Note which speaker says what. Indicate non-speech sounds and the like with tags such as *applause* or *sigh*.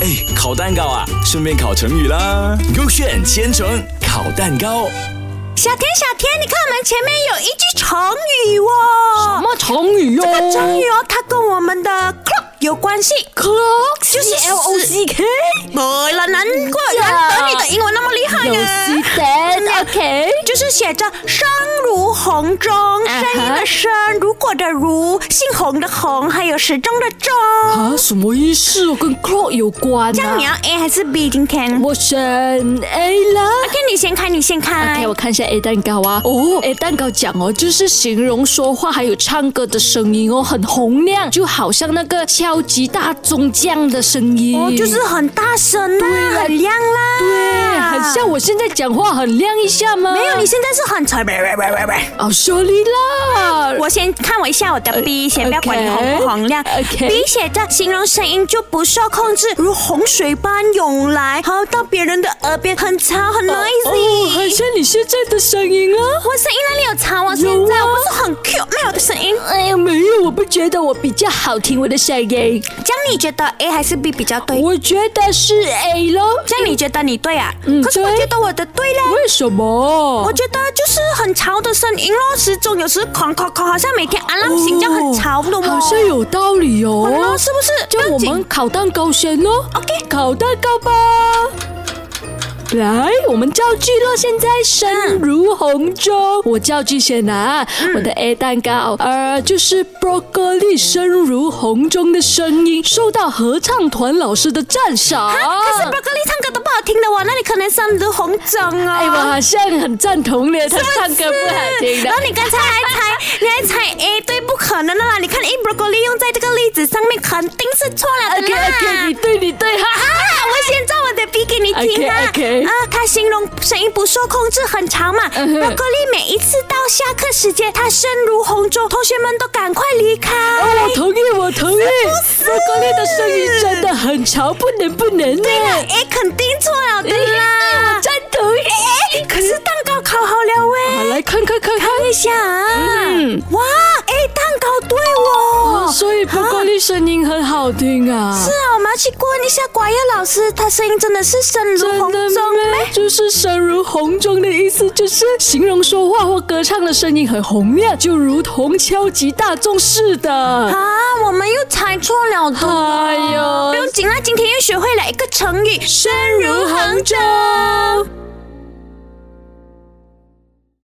Speaker 1: 哎，烤蛋糕啊，顺便烤成语啦。勾选千层烤蛋糕，
Speaker 2: 小田，小田，你看我们前面有一句成语哦，
Speaker 3: 什么成语哟、
Speaker 2: 这个成语哦，它跟我们的 clock 有关系。
Speaker 3: clock
Speaker 2: 就是
Speaker 3: L O C K，
Speaker 2: 没了，难怪难得你的英文那么厉害啊
Speaker 3: 有
Speaker 2: 呢。
Speaker 3: C N OK，
Speaker 2: 就是写着“生如红钟”，
Speaker 3: 啊哈
Speaker 2: 声音的“声”，如果的“如”，姓洪的“洪”，还有时钟的“钟
Speaker 3: 啊，什么意思哦？跟 clock 有”。关
Speaker 2: 这样你
Speaker 3: 啊？
Speaker 2: 要 A 还是 B？今天
Speaker 3: 我选 A 啦。
Speaker 2: OK，你先开，你先开。
Speaker 3: OK，我看一下 A 蛋糕啊。哦，A 蛋糕讲哦，就是形容说话还有唱歌的声音哦，很洪亮，就好像那个敲击大钟这样的声音。
Speaker 2: 哦，就是很大声啦，很亮啦，
Speaker 3: 对，哎很像。我现在讲话很亮一下吗？
Speaker 2: 没有，你现在是很吵，喂喂喂喂喂。
Speaker 3: 哦，sorry 啦。
Speaker 2: 哎我先看我一下我的 B，先不要管你
Speaker 3: OK
Speaker 2: 洪不洪
Speaker 3: *laughs*
Speaker 2: 亮。
Speaker 3: OK
Speaker 2: B 写着形容声音就不受控制，如洪水般涌来，跑到别人的耳边，很吵，很
Speaker 3: 哦，
Speaker 2: noisy。
Speaker 3: 很像你现在的声音啊。
Speaker 2: 我声音哪里有吵啊？现
Speaker 3: 有啊
Speaker 2: 在我不是很 Q，没有我的声音。
Speaker 3: 哎呀，没有，我不觉得我比较好听我的声音，
Speaker 2: 这样你觉得 A 还是 B 比较对？
Speaker 3: 我觉得是 A 咯。
Speaker 2: 这样你觉得你对啊？
Speaker 3: 嗯
Speaker 2: 可是我
Speaker 3: 对
Speaker 2: 觉得我的对嘞。
Speaker 3: 为什
Speaker 2: 我
Speaker 3: 么？
Speaker 2: 觉得就是很吵的声音咯，时钟有时哐哐哐，好像每天 alarm 响这样很吵的哦。
Speaker 3: 好像有道理
Speaker 2: 好
Speaker 3: 哦
Speaker 2: 咯，。是不是？
Speaker 3: 就
Speaker 2: 不要
Speaker 3: 我
Speaker 2: 紧
Speaker 3: 们烤蛋糕先咯。
Speaker 2: OK
Speaker 3: 烤蛋糕吧。来，我们造句咯。现在声如洪钟，我造句先啊。我的 A 蛋糕，呃，就是 broccoli 声如洪钟的声音，受到合唱团老师的赞赏。
Speaker 2: 可是 Broccoli 唱歌都不好听的哇，那你可能上如红肿哦。
Speaker 3: 哎，我
Speaker 2: *laughs*
Speaker 3: 好像很赞同嘞，他唱歌不好听的
Speaker 2: 然。后你刚才还猜，你还猜 A 对，不可能的啦！你看 A broccoli 用在这个例子上面，肯定是错了的
Speaker 3: OK
Speaker 2: 啦。
Speaker 3: OK，你对你对，哈
Speaker 2: 啊
Speaker 3: 哈。，
Speaker 2: 我先照我的 B 给你听啊。
Speaker 3: OK，OK
Speaker 2: 啊，他形容声音不受控制，很吵嘛。
Speaker 3: 嗯哼
Speaker 2: broccoli 每一次到下课时间，他声如洪钟，同学们都赶快离开。
Speaker 3: 哦，我同意，我同意。我刚才的声音真的很潮，不能不能啊的。
Speaker 2: A 哎肯定错了的啦。
Speaker 3: *laughs*
Speaker 2: 哎
Speaker 3: 我赞同意。
Speaker 2: 可是蛋糕烤好了喂。
Speaker 3: 好，来看看看看。
Speaker 2: 看一下啊，
Speaker 3: 嗯
Speaker 2: 哇，哎，蛋糕对哦，
Speaker 3: 哦，所以 broccoli 声音很好听啊。
Speaker 2: 是啊，我们要去问一下瓜叶老师，他声音真的是声如洪
Speaker 3: 真的
Speaker 2: 钟
Speaker 3: 吗？就是声如洪钟的意思，就是形容说话或歌唱的声音很洪亮，就如同敲击大钟似的。
Speaker 2: 啊，我们又猜错了的。
Speaker 3: 哎
Speaker 2: 不
Speaker 3: 呦
Speaker 2: 用，紧啦，今天又学会了一个成语“声
Speaker 3: 声如洪钟。